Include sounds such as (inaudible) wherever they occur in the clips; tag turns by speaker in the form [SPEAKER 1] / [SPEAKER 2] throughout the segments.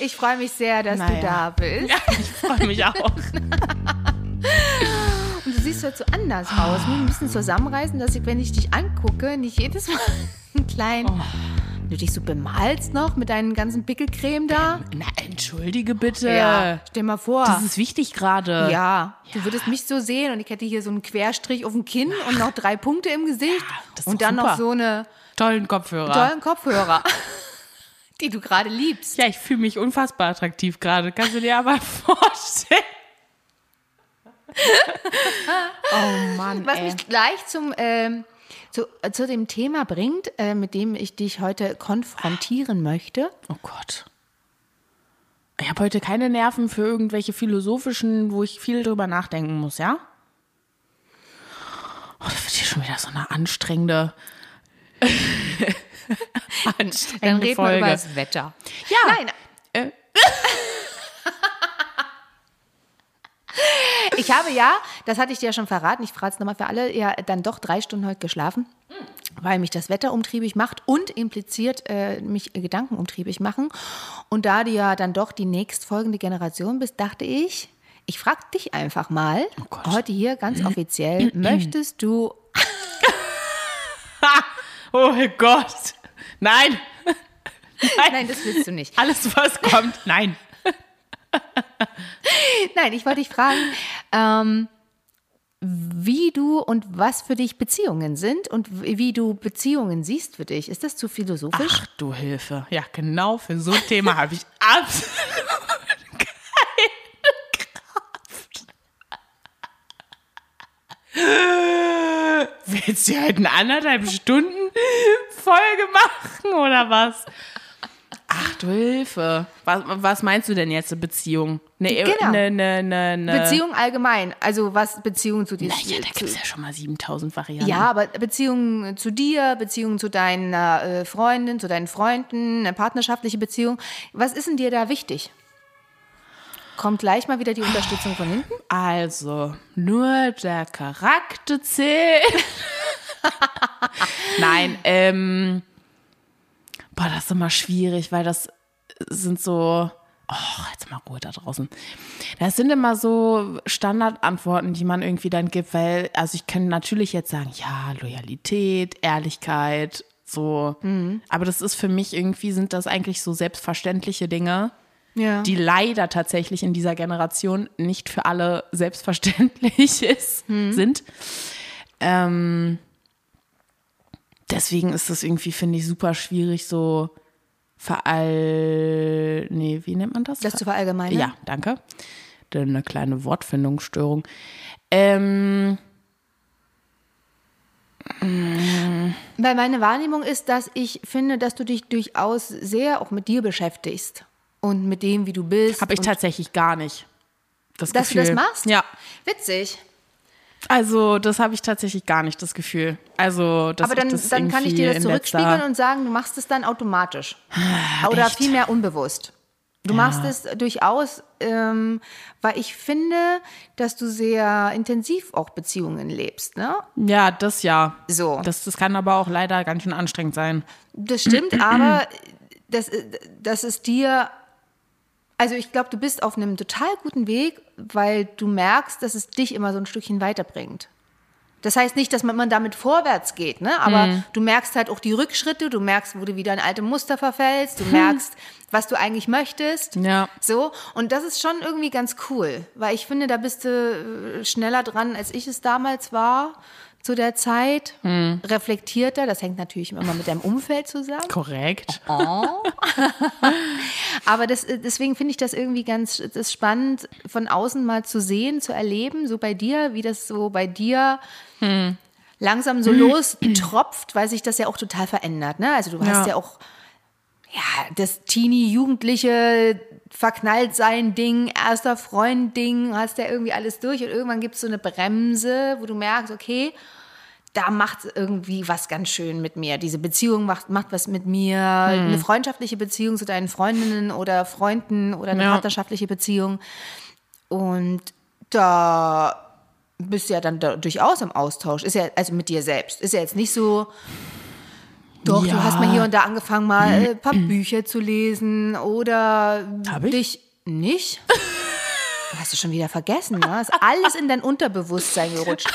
[SPEAKER 1] ich freue mich sehr, dass
[SPEAKER 2] Naja.
[SPEAKER 1] du da bist.
[SPEAKER 2] Ich freue mich auch.
[SPEAKER 1] Und du siehst heute so anders aus. Muss ein bisschen zusammenreißen, dass ich, wenn ich dich angucke, nicht jedes Mal (laughs) einen kleinen.
[SPEAKER 2] Oh.
[SPEAKER 1] Du dich so bemalst noch mit deinen ganzen Pickelcreme da.
[SPEAKER 2] Na, entschuldige bitte.
[SPEAKER 1] Ja, stell mal vor.
[SPEAKER 2] Das ist äh, wichtig gerade.
[SPEAKER 1] ja, du würdest mich so sehen und ich hätte hier so einen Querstrich auf dem Kinn und noch drei Punkte im Gesicht
[SPEAKER 2] das ist
[SPEAKER 1] und
[SPEAKER 2] doch
[SPEAKER 1] dann
[SPEAKER 2] super. Ah.
[SPEAKER 1] noch so eine
[SPEAKER 2] Tollen Kopfhörer.
[SPEAKER 1] tollen Kopfhörer, (laughs) die du gerade liebst.
[SPEAKER 2] Ja, ich fühle mich unfassbar attraktiv gerade. Kannst du dir aber (laughs) vorstellen? oh Mann.
[SPEAKER 1] Was
[SPEAKER 2] ey.
[SPEAKER 1] mich gleich zum, ähm, zu, äh, zu dem Thema bringt, äh, mit dem ich dich heute konfrontieren möchte.
[SPEAKER 2] oh Gott. Ich habe heute keine Nerven für irgendwelche philosophischen, wo ich viel drüber nachdenken muss, ja? Oh, das wird hier schon wieder so eine anstrengende. (laughs) anstrengende
[SPEAKER 1] Dann reden wir
[SPEAKER 2] Folge.
[SPEAKER 1] über das Wetter.
[SPEAKER 2] Ja. äh,
[SPEAKER 1] Nein. äh, ich habe ja, das hatte ich dir ja schon verraten, ich verrate es nochmal für alle, ja dann doch drei Stunden heute geschlafen, weil mich das Wetter umtriebig macht und impliziert äh, mich Gedanken umtriebig machen. Und da du ja dann doch die nächstfolgende Generation bist, dachte ich, ich frage dich einfach mal,
[SPEAKER 2] Gott.
[SPEAKER 1] heute hier (clears throat) ganz offiziell, möchtest du
[SPEAKER 2] Ha! (laughs) Oh Gott. Nein.
[SPEAKER 1] Nein, das willst du nicht.
[SPEAKER 2] Alles, was kommt. Nein.
[SPEAKER 1] Nein, ich wollte dich fragen, ähm, wie du und was für dich Beziehungen sind und wie du Beziehungen siehst für dich. Ist das zu philosophisch?
[SPEAKER 2] Ach du Hilfe. Ja, genau für so ein
[SPEAKER 1] (laughs)
[SPEAKER 2] Thema habe ich absolut keine Kraft. Willst du heute eine anderthalb Stunden Folge machen oder was? Ach du Hilfe. Was, was meinst du denn jetzt, eine Beziehung? Eine, E,
[SPEAKER 1] Genau.
[SPEAKER 2] eine, eine, eine, eine
[SPEAKER 1] Beziehung allgemein, also was Beziehungen zu dir
[SPEAKER 2] äh. Ja, da gibt es ja schon mal 7000 Varianten.
[SPEAKER 1] Ja, aber Beziehungen zu dir, Beziehungen zu deiner äh, Freundin, zu deinen Freunden, eine partnerschaftliche Beziehung. Was ist denn dir da wichtig? Kommt gleich mal wieder die Unterstützung von hinten?
[SPEAKER 2] Also, nur der Charakter zählt. Nein, ähm. Boah, das ist immer schwierig, weil das sind so. Och, jetzt mal Ruhe da draußen. Das sind immer so Standardantworten, die man irgendwie dann gibt, weil, also ich kann natürlich jetzt sagen, ja, Loyalität, Ehrlichkeit, so. Aber das ist für mich irgendwie, sind das eigentlich so selbstverständliche Dinge
[SPEAKER 1] Ja.
[SPEAKER 2] die leider tatsächlich in dieser Generation nicht für alle selbstverständlich (laughs) ist, sind. Ähm, deswegen ist das irgendwie, finde ich, super schwierig, so verall. Nee, wie nennt man das?
[SPEAKER 1] Das zu verallgemeinern?
[SPEAKER 2] Ja, danke. Denn eine kleine Wortfindungsstörung. Ähm,
[SPEAKER 1] Weil meine Wahrnehmung ist, dass ich finde, dass du dich durchaus sehr auch mit dir beschäftigst und mit dem, wie du bist.
[SPEAKER 2] Habe ich
[SPEAKER 1] und
[SPEAKER 2] tatsächlich gar nicht. Das
[SPEAKER 1] dass
[SPEAKER 2] Gefühl.
[SPEAKER 1] du das machst?
[SPEAKER 2] Ja.
[SPEAKER 1] Witzig.
[SPEAKER 2] Also, das habe ich tatsächlich gar nicht, das Gefühl. Also, dass
[SPEAKER 1] Aber dann,
[SPEAKER 2] ich das
[SPEAKER 1] dann kann ich
[SPEAKER 2] irgendwie
[SPEAKER 1] dir das
[SPEAKER 2] in letzter-
[SPEAKER 1] zurückspiegeln und sagen, du machst es dann
[SPEAKER 2] (sighs)
[SPEAKER 1] automatisch. Oder
[SPEAKER 2] echt?
[SPEAKER 1] vielmehr unbewusst. Du machst es durchaus, ähm, weil ich finde, dass du sehr intensiv auch Beziehungen lebst. Ne?
[SPEAKER 2] Ja, das ja.
[SPEAKER 1] So.
[SPEAKER 2] Das, das kann aber auch leider ganz schön anstrengend sein.
[SPEAKER 1] Das stimmt, aber das, äh, das ist dir. Also ich glaube, du bist auf einem total guten Weg, weil du merkst, dass es dich immer so ein Stückchen weiterbringt. Das heißt nicht, dass man, man damit vorwärts geht, ne? aber du merkst halt auch die Rückschritte, du merkst, wo du wieder in alte Muster verfällst, du merkst, was du eigentlich möchtest.
[SPEAKER 2] Ja.
[SPEAKER 1] So, und das ist schon irgendwie ganz cool, weil ich finde, da bist du äh, schneller dran, als ich es damals war zu der Zeit, reflektierter. Das hängt natürlich immer mit deinem Umfeld zusammen.
[SPEAKER 2] Korrekt.
[SPEAKER 1] Aber das, äh, deswegen finde ich das irgendwie ganz das ist spannend, von außen mal zu sehen, zu erleben, so bei dir, wie das so bei dir langsam so lostropft, weil sich das ja auch total verändert. Ne? Also du hast ja auch ja, das Teenie-Jugendliche verknallt sein Ding, erster Freund Ding, hast ja irgendwie alles durch und irgendwann gibt es so eine Bremse, wo du merkst, okay, da macht irgendwie was ganz schön mit mir. Diese Beziehung macht, macht was mit mir.
[SPEAKER 2] Mhm.
[SPEAKER 1] Eine freundschaftliche Beziehung zu deinen Freundinnen oder Freunden oder eine
[SPEAKER 2] Ja.
[SPEAKER 1] partnerschaftliche Beziehung. Und da bist du ja dann da durchaus im Austausch. Ist ja, also mit dir selbst. Ist ja jetzt nicht so, Doch,
[SPEAKER 2] Ja. Mhm.
[SPEAKER 1] du hast mal hier und da angefangen, mal äh, ein paar Bücher zu lesen oder
[SPEAKER 2] Hab ich?
[SPEAKER 1] dich nicht. (laughs) Hast du schon wieder vergessen, ne? Ist alles in dein Unterbewusstsein
[SPEAKER 2] (laughs)
[SPEAKER 1] gerutscht.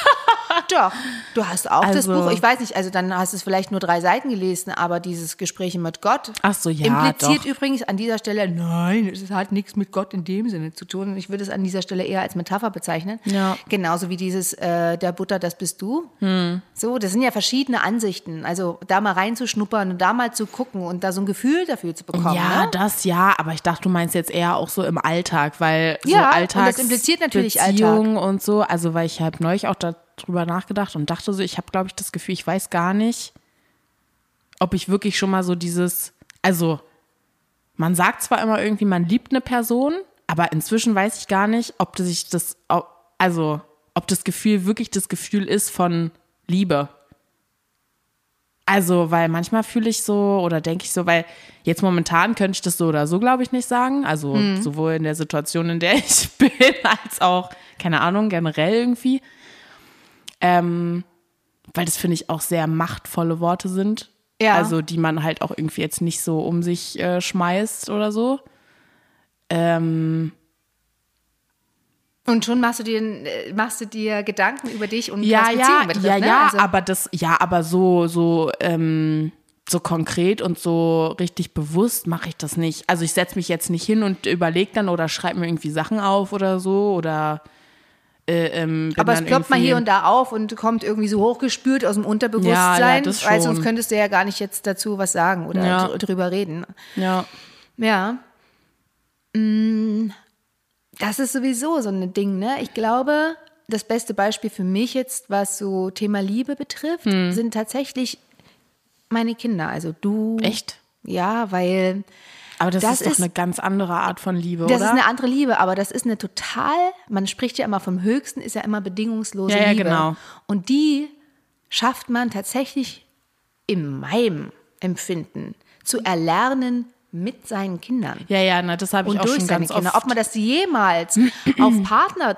[SPEAKER 1] Doch, du hast auch das
[SPEAKER 2] Also-
[SPEAKER 1] Buch, ich weiß nicht, also dann hast du es vielleicht nur drei Seiten gelesen, aber dieses Gespräche mit Gott
[SPEAKER 2] Ach so, ja,
[SPEAKER 1] impliziert
[SPEAKER 2] doch.
[SPEAKER 1] übrigens an dieser Stelle, nein, es hat nichts mit Gott in dem Sinne zu tun. Ich würde es an dieser Stelle eher als Metapher bezeichnen.
[SPEAKER 2] Ja.
[SPEAKER 1] Genauso wie dieses, äh, der Butter, das bist du.
[SPEAKER 2] Hm.
[SPEAKER 1] So, das sind ja verschiedene Ansichten. Also da mal reinzuschnuppern und da mal zu gucken und da so ein Gefühl dafür zu bekommen.
[SPEAKER 2] Ja,
[SPEAKER 1] ne?
[SPEAKER 2] das ja, aber ich dachte, du meinst jetzt eher auch so im Alltag, weil so
[SPEAKER 1] Ja, und das
[SPEAKER 2] Alltags
[SPEAKER 1] impliziert natürlich
[SPEAKER 2] Beziehungen und so, also weil ich habe neulich auch darüber nachgedacht und dachte so, ich habe glaube ich das Gefühl, ich weiß gar nicht, ob ich wirklich schon mal so dieses also man sagt zwar immer irgendwie, man liebt eine Person, aber inzwischen weiß ich gar nicht, ob das ich das ob- also ob das Gefühl wirklich das Gefühl ist von Liebe. Also, weil manchmal fühle ich so oder denke ich so, weil jetzt momentan könnte ich das so oder so, glaube ich, nicht sagen. Also sowohl in der Situation, in der (laughs) ich bin, als auch, keine Ahnung, generell irgendwie. Ähm, weil das finde ich auch sehr machtvolle Worte sind.
[SPEAKER 1] Ja.
[SPEAKER 2] Also, die man halt auch irgendwie jetzt nicht so um sich äh, schmeißt oder so.
[SPEAKER 1] Und schon machst du dir, äh, machst du dir Gedanken über dich und
[SPEAKER 2] ja,
[SPEAKER 1] was
[SPEAKER 2] ja,
[SPEAKER 1] Beziehung betrifft.
[SPEAKER 2] ja,
[SPEAKER 1] ne?
[SPEAKER 2] ja,
[SPEAKER 1] also,
[SPEAKER 2] aber das, ja, aber so, so, ähm, so konkret und so richtig bewusst mache ich das nicht. Also ich setze mich jetzt nicht hin und überlege dann oder schreibe mir irgendwie Sachen auf oder so oder. Äh, ähm, bin
[SPEAKER 1] aber es
[SPEAKER 2] dann
[SPEAKER 1] ploppt mal
[SPEAKER 2] irgendwie-
[SPEAKER 1] hier und da auf und kommt irgendwie so hochgespült aus dem Unterbewusstsein,
[SPEAKER 2] Ja, ja, das
[SPEAKER 1] weil sonst
[SPEAKER 2] schon.
[SPEAKER 1] könntest du ja gar nicht jetzt dazu was sagen oder
[SPEAKER 2] Ja.
[SPEAKER 1] dr- drüber reden.
[SPEAKER 2] Ja.
[SPEAKER 1] Ja. Mm, Das ist sowieso so ein Ding, ne? Ich glaube, das beste Beispiel für mich jetzt, was so Thema Liebe betrifft, sind tatsächlich meine Kinder, also du.
[SPEAKER 2] Echt?
[SPEAKER 1] Ja, weil
[SPEAKER 2] Aber das,
[SPEAKER 1] Das
[SPEAKER 2] ist doch
[SPEAKER 1] ist-
[SPEAKER 2] eine ganz andere Art von Liebe,
[SPEAKER 1] das
[SPEAKER 2] oder?
[SPEAKER 1] ist eine andere Liebe, aber das ist eine total, man spricht ja immer vom Höchsten, ist ja immer bedingungslose
[SPEAKER 2] Ja, ja,
[SPEAKER 1] Liebe.
[SPEAKER 2] genau.
[SPEAKER 1] Und die schafft man tatsächlich in meinem Empfinden zu erlernen mit seinen Kindern.
[SPEAKER 2] ja, ja, na, das habe ich
[SPEAKER 1] und
[SPEAKER 2] auch
[SPEAKER 1] durch
[SPEAKER 2] schon
[SPEAKER 1] seine
[SPEAKER 2] ganz
[SPEAKER 1] Kinder.
[SPEAKER 2] oft.
[SPEAKER 1] Ob man das jemals
[SPEAKER 2] (clears throat)
[SPEAKER 1] auf Partner.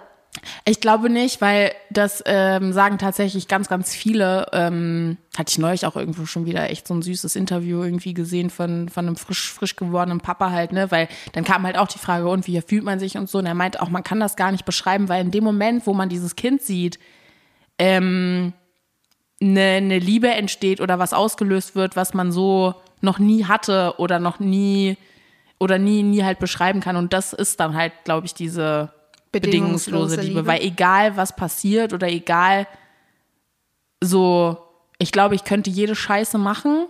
[SPEAKER 2] Ich glaube nicht, weil das ähm, sagen tatsächlich ganz, ganz viele. Ähm, hatte ich neulich auch irgendwo schon wieder echt so ein süßes Interview irgendwie gesehen von, von einem frisch, frisch gewordenen Papa halt, ne? Weil dann kam halt auch die Frage, und wie fühlt man sich und so. Und er meint auch, man kann das gar nicht beschreiben, weil in dem Moment, wo man dieses Kind sieht, eine, eine ne Liebe entsteht oder was ausgelöst wird, was man so noch nie hatte oder noch nie oder nie, nie halt beschreiben kann. Und das ist dann halt, glaube ich, diese bedingungslose,
[SPEAKER 1] Bedingungslose
[SPEAKER 2] Liebe.
[SPEAKER 1] Liebe.
[SPEAKER 2] Weil egal, was passiert oder egal, so, ich glaube, ich könnte jede Scheiße machen.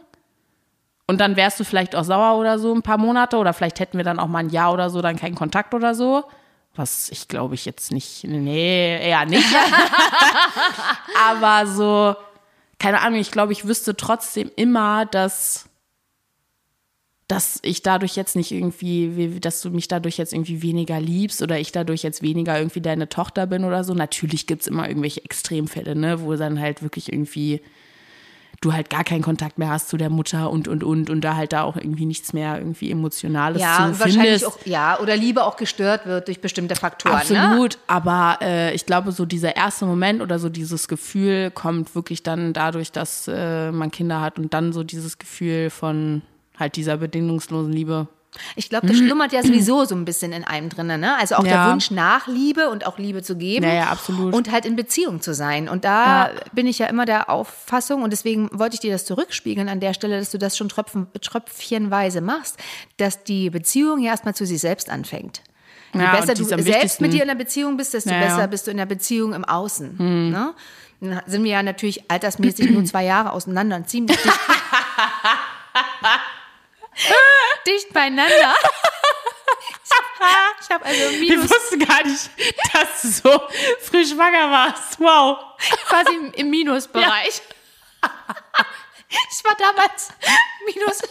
[SPEAKER 2] Und dann wärst du vielleicht auch sauer oder so ein paar Monate oder vielleicht hätten wir dann auch mal ein Jahr oder so dann keinen Kontakt oder so. Was ich glaube ich jetzt nicht, nee, eher nicht. Aber so, keine Ahnung, ich glaube, ich wüsste trotzdem immer, dass, dass ich dadurch jetzt nicht irgendwie, wie- dass du mich dadurch jetzt irgendwie weniger liebst oder ich dadurch jetzt weniger irgendwie deine Tochter bin oder so. Natürlich gibt es immer irgendwelche Extremfälle, ne, wo dann halt wirklich irgendwie du halt gar keinen Kontakt mehr hast zu der Mutter und und und und da halt da auch irgendwie nichts mehr irgendwie emotionales
[SPEAKER 1] Ja,
[SPEAKER 2] zu
[SPEAKER 1] wahrscheinlich
[SPEAKER 2] findest.
[SPEAKER 1] auch, ja, oder Liebe auch gestört wird durch bestimmte Faktoren. Ne?
[SPEAKER 2] Absolut, aber äh, ich glaube, so dieser erste Moment oder so dieses Gefühl kommt wirklich dann dadurch, dass äh, man Kinder hat und dann so dieses Gefühl von halt dieser bedingungslosen Liebe.
[SPEAKER 1] Ich glaube, das schlummert ja sowieso so ein bisschen in einem drinnen. Ne? Also auch
[SPEAKER 2] Mhm. Ja.
[SPEAKER 1] der Wunsch nach Liebe und auch Liebe zu geben.
[SPEAKER 2] Ja, ja, absolut.
[SPEAKER 1] Und halt in Beziehung zu sein. Und da
[SPEAKER 2] Ja.
[SPEAKER 1] bin ich ja immer der Auffassung, und deswegen wollte ich dir das zurückspiegeln an der Stelle, dass du das schon tröpfen, tröpfchenweise machst, dass die Beziehung ja erstmal zu sich selbst anfängt. Je
[SPEAKER 2] Ja,
[SPEAKER 1] besser
[SPEAKER 2] und die
[SPEAKER 1] du
[SPEAKER 2] ist am
[SPEAKER 1] selbst
[SPEAKER 2] wichtigsten.
[SPEAKER 1] mit dir in der Beziehung bist, desto
[SPEAKER 2] Ja, Hm. ja.
[SPEAKER 1] besser bist du in der Beziehung im Außen. Ne? Dann sind wir ja natürlich altersmäßig nur zwei Jahre auseinander und ziemlich (laughs) dicht, dicht
[SPEAKER 2] (laughs)
[SPEAKER 1] beieinander. Ich habe also
[SPEAKER 2] Ich
[SPEAKER 1] minus,
[SPEAKER 2] wusste gar nicht, dass du so früh schwanger warst. Wow.
[SPEAKER 1] quasi im- im Minusbereich. (laughs) Ich war damals minus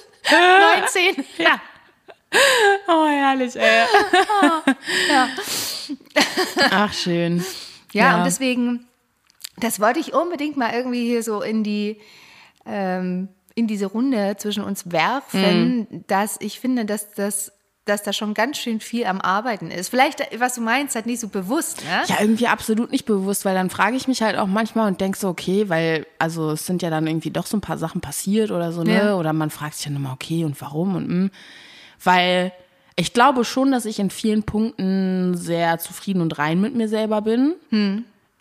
[SPEAKER 1] 19.
[SPEAKER 2] Ja. Oh, herrlich, ey.
[SPEAKER 1] Ja.
[SPEAKER 2] Ach, schön.
[SPEAKER 1] Ja,
[SPEAKER 2] Ja.
[SPEAKER 1] und deswegen, das wollte ich unbedingt mal irgendwie hier so in die,
[SPEAKER 2] Mhm.
[SPEAKER 1] ähm, in diese Runde zwischen uns werfen, dass ich finde, dass das dass da schon ganz schön viel am Arbeiten ist. Vielleicht, was du meinst, halt nicht so bewusst, ne?
[SPEAKER 2] Ja, irgendwie absolut nicht bewusst, weil dann frage ich mich halt auch manchmal und denke so, okay, weil, also es sind ja dann irgendwie doch so ein paar Sachen passiert oder so, ne?
[SPEAKER 1] Ja.
[SPEAKER 2] Oder man fragt sich dann immer, okay, und warum und mm. Weil ich glaube schon, dass ich in vielen Punkten sehr zufrieden und rein mit mir selber bin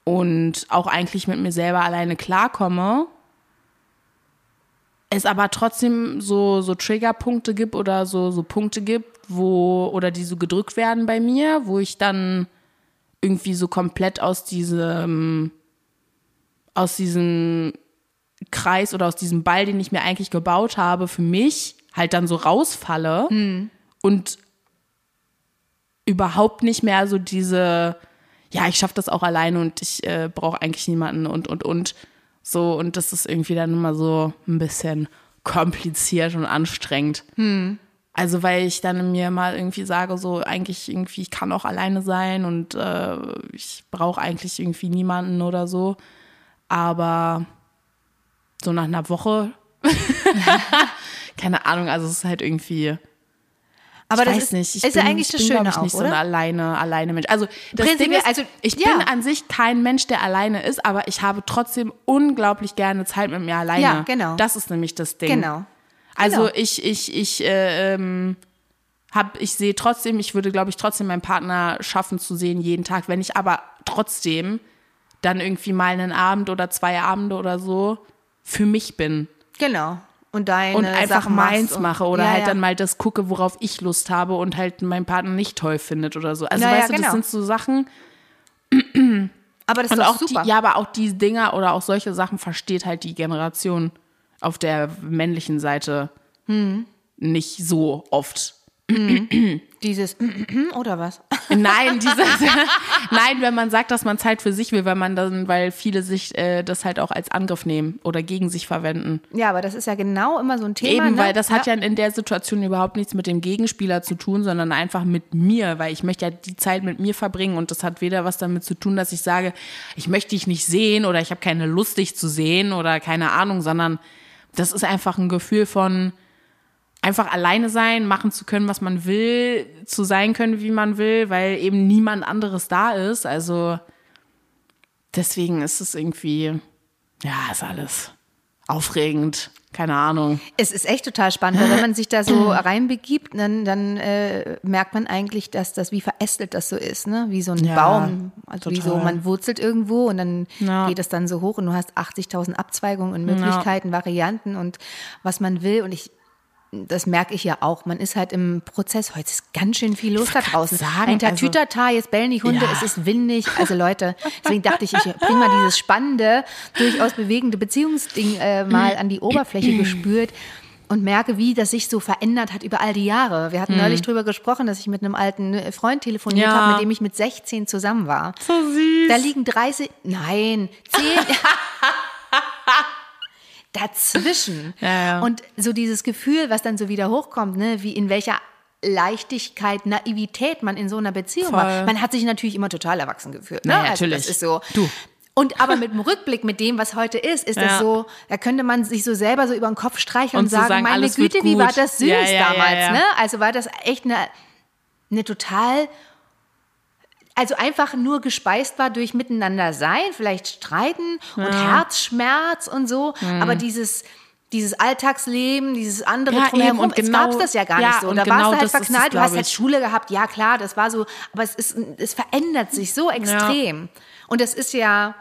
[SPEAKER 2] und auch eigentlich mit mir selber alleine klarkomme. Es aber trotzdem so, so Triggerpunkte gibt oder so, so Punkte gibt, wo, oder die so gedrückt werden bei mir, wo ich dann irgendwie so komplett aus diesem, aus diesem Kreis oder aus diesem Ball, den ich mir eigentlich gebaut habe, für mich halt dann so rausfalle und überhaupt nicht mehr so diese, ja, ich schaffe das auch alleine und ich äh, brauche eigentlich niemanden und, und, und. So, und das ist irgendwie dann immer so ein bisschen kompliziert und anstrengend. Also, weil ich dann mir mal irgendwie sage, so eigentlich irgendwie, ich kann auch alleine sein und äh, ich brauche eigentlich irgendwie niemanden oder so. Aber so nach einer Woche, keine Ahnung, also es ist halt irgendwie,
[SPEAKER 1] Aber
[SPEAKER 2] ich
[SPEAKER 1] das
[SPEAKER 2] weiß
[SPEAKER 1] ist,
[SPEAKER 2] nicht. Ich
[SPEAKER 1] ist
[SPEAKER 2] bin,
[SPEAKER 1] ja eigentlich das
[SPEAKER 2] ich bin, glaub
[SPEAKER 1] Schöne
[SPEAKER 2] ich,
[SPEAKER 1] auch,
[SPEAKER 2] nicht so ein
[SPEAKER 1] oder?
[SPEAKER 2] alleine, alleine Mensch. Also das Ding
[SPEAKER 1] Prinzipiell,
[SPEAKER 2] ist,
[SPEAKER 1] also,
[SPEAKER 2] ich
[SPEAKER 1] ja.
[SPEAKER 2] bin an sich kein Mensch, der alleine ist, aber ich habe trotzdem unglaublich gerne Zeit mit mir alleine.
[SPEAKER 1] Ja, genau.
[SPEAKER 2] Das ist nämlich das Ding.
[SPEAKER 1] Genau.
[SPEAKER 2] Also
[SPEAKER 1] Genau.
[SPEAKER 2] ich, ich, ich, äh, ähm, hab, ich sehe trotzdem, ich würde, glaube ich, trotzdem meinen Partner schaffen zu sehen jeden Tag. Wenn ich aber trotzdem dann irgendwie mal einen Abend oder zwei Abende oder so für mich bin
[SPEAKER 1] Genau. Und deine
[SPEAKER 2] und einfach
[SPEAKER 1] Sachen machst
[SPEAKER 2] meins
[SPEAKER 1] und-
[SPEAKER 2] mache oder
[SPEAKER 1] Ja,
[SPEAKER 2] halt
[SPEAKER 1] ja.
[SPEAKER 2] dann mal das gucke, worauf ich Lust habe und halt meinen Partner nicht toll findet oder so. Also
[SPEAKER 1] Ja, ja,
[SPEAKER 2] weißt du, das
[SPEAKER 1] genau.
[SPEAKER 2] sind so Sachen
[SPEAKER 1] Aber das ist
[SPEAKER 2] und
[SPEAKER 1] doch
[SPEAKER 2] auch
[SPEAKER 1] super.
[SPEAKER 2] die, ja, aber auch die Dinger oder auch solche Sachen versteht halt die Generation auf der männlichen Seite
[SPEAKER 1] Hm.
[SPEAKER 2] nicht so oft. (clears throat)
[SPEAKER 1] Dieses oder was?
[SPEAKER 2] Nein, dieses, (laughs) nein, wenn man sagt, dass man Zeit für sich will, weil man dann, weil viele sich äh, das halt auch als Angriff nehmen oder gegen sich verwenden.
[SPEAKER 1] Ja, aber das ist ja genau immer so ein Thema.
[SPEAKER 2] Eben,
[SPEAKER 1] ne?
[SPEAKER 2] weil das hat ja in der Situation überhaupt nichts mit dem Gegenspieler zu tun, sondern einfach mit mir, weil ich möchte ja die Zeit mit mir verbringen und das hat weder was damit zu tun, dass ich sage, ich möchte dich nicht sehen oder ich habe keine Lust, dich zu sehen oder keine Ahnung, sondern das ist einfach ein Gefühl von einfach alleine sein, machen zu können, was man will, zu sein können, wie man will, weil eben niemand anderes da ist. Also deswegen ist es irgendwie, ja, ist alles aufregend, keine Ahnung.
[SPEAKER 1] Es ist echt total spannend, weil wenn man sich da
[SPEAKER 2] (clears throat)
[SPEAKER 1] so reinbegibt, dann, dann äh, merkt man eigentlich, dass das, wie verästelt das so ist, ne? Wie so ein
[SPEAKER 2] Ja,
[SPEAKER 1] Baum. Also wie so,
[SPEAKER 2] total.
[SPEAKER 1] man wurzelt irgendwo und dann
[SPEAKER 2] Ja.
[SPEAKER 1] geht es dann so hoch und du hast 80.000 Abzweigungen und Möglichkeiten, Varianten und was man will. Und ich, das merke ich ja auch. Man ist halt im Prozess. Heute ist ganz schön viel los da
[SPEAKER 2] wollte grad
[SPEAKER 1] draußen.
[SPEAKER 2] sagen,
[SPEAKER 1] Ein
[SPEAKER 2] also-
[SPEAKER 1] Tatütata, jetzt bellen die Hunde,
[SPEAKER 2] Ja.
[SPEAKER 1] es ist windig. Also Leute, deswegen dachte ich, ich bringe mal dieses spannende, durchaus bewegende Beziehungsding äh, mal an die Oberfläche gespürt und merke, wie das sich so verändert hat über all die Jahre. Wir hatten neulich drüber gesprochen, dass ich mit einem alten Freund telefoniert
[SPEAKER 2] Mhm. Ja.
[SPEAKER 1] habe, mit dem ich mit 16 zusammen war.
[SPEAKER 2] So süß.
[SPEAKER 1] Da liegen 30, nein, 10
[SPEAKER 2] (laughs)
[SPEAKER 1] dazwischen.
[SPEAKER 2] Ja, ja.
[SPEAKER 1] Und so dieses Gefühl, was dann so wieder hochkommt, ne, wie in welcher Leichtigkeit, Naivität man in so einer Beziehung war.
[SPEAKER 2] Voll.
[SPEAKER 1] Man hat sich natürlich immer total erwachsen gefühlt. Ne?
[SPEAKER 2] Na,
[SPEAKER 1] Also
[SPEAKER 2] natürlich.
[SPEAKER 1] das ist so.
[SPEAKER 2] Du.
[SPEAKER 1] Und aber mit dem Rückblick, mit dem, was heute ist, ist das
[SPEAKER 2] Ja.
[SPEAKER 1] so, da könnte man sich so selber so über den Kopf streicheln und,
[SPEAKER 2] Und zu
[SPEAKER 1] sagen,
[SPEAKER 2] sagen,
[SPEAKER 1] meine
[SPEAKER 2] alles wird
[SPEAKER 1] Güte, wie
[SPEAKER 2] gut.
[SPEAKER 1] war das süß
[SPEAKER 2] Ja, ja, ja,
[SPEAKER 1] damals,
[SPEAKER 2] ja.
[SPEAKER 1] ne? Also war das echt eine, eine total also einfach nur gespeist war durch Miteinander sein, vielleicht streiten und Herzschmerz und so,
[SPEAKER 2] Mhm.
[SPEAKER 1] aber dieses dieses Alltagsleben, dieses andere
[SPEAKER 2] Ja,
[SPEAKER 1] drumherum,
[SPEAKER 2] eben, und
[SPEAKER 1] es
[SPEAKER 2] genau-
[SPEAKER 1] gab's das ja gar
[SPEAKER 2] ja,
[SPEAKER 1] nicht so.
[SPEAKER 2] und
[SPEAKER 1] Da
[SPEAKER 2] genau
[SPEAKER 1] warst du halt
[SPEAKER 2] das ist es,
[SPEAKER 1] verknallt, du hast
[SPEAKER 2] glaub
[SPEAKER 1] halt
[SPEAKER 2] ich.
[SPEAKER 1] Schule gehabt, ja klar, das war so, aber es ist, es verändert sich so extrem. Und das ist ja,